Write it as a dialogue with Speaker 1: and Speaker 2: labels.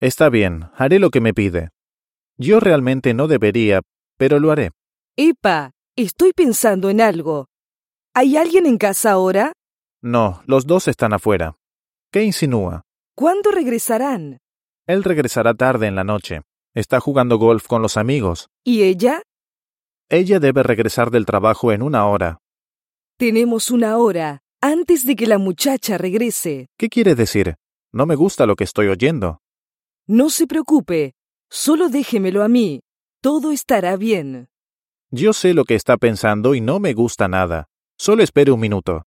Speaker 1: Está bien, haré lo que me pide. Yo realmente no debería, pero lo haré.
Speaker 2: Epa, estoy pensando en algo. ¿Hay alguien en casa ahora?
Speaker 1: No, los dos están afuera. ¿Qué insinúa?
Speaker 2: ¿Cuándo regresarán?
Speaker 1: Él regresará tarde en la noche. Está jugando golf con los amigos.
Speaker 2: ¿Y ella?
Speaker 1: Ella debe regresar del trabajo en una hora.
Speaker 2: Tenemos una hora antes de que la muchacha regrese.
Speaker 1: ¿Qué quiere decir? No me gusta lo que estoy oyendo.
Speaker 2: No se preocupe, solo déjemelo a mí. Todo estará bien.
Speaker 1: Yo sé lo que está pensando y no me gusta nada. Solo espere un minuto.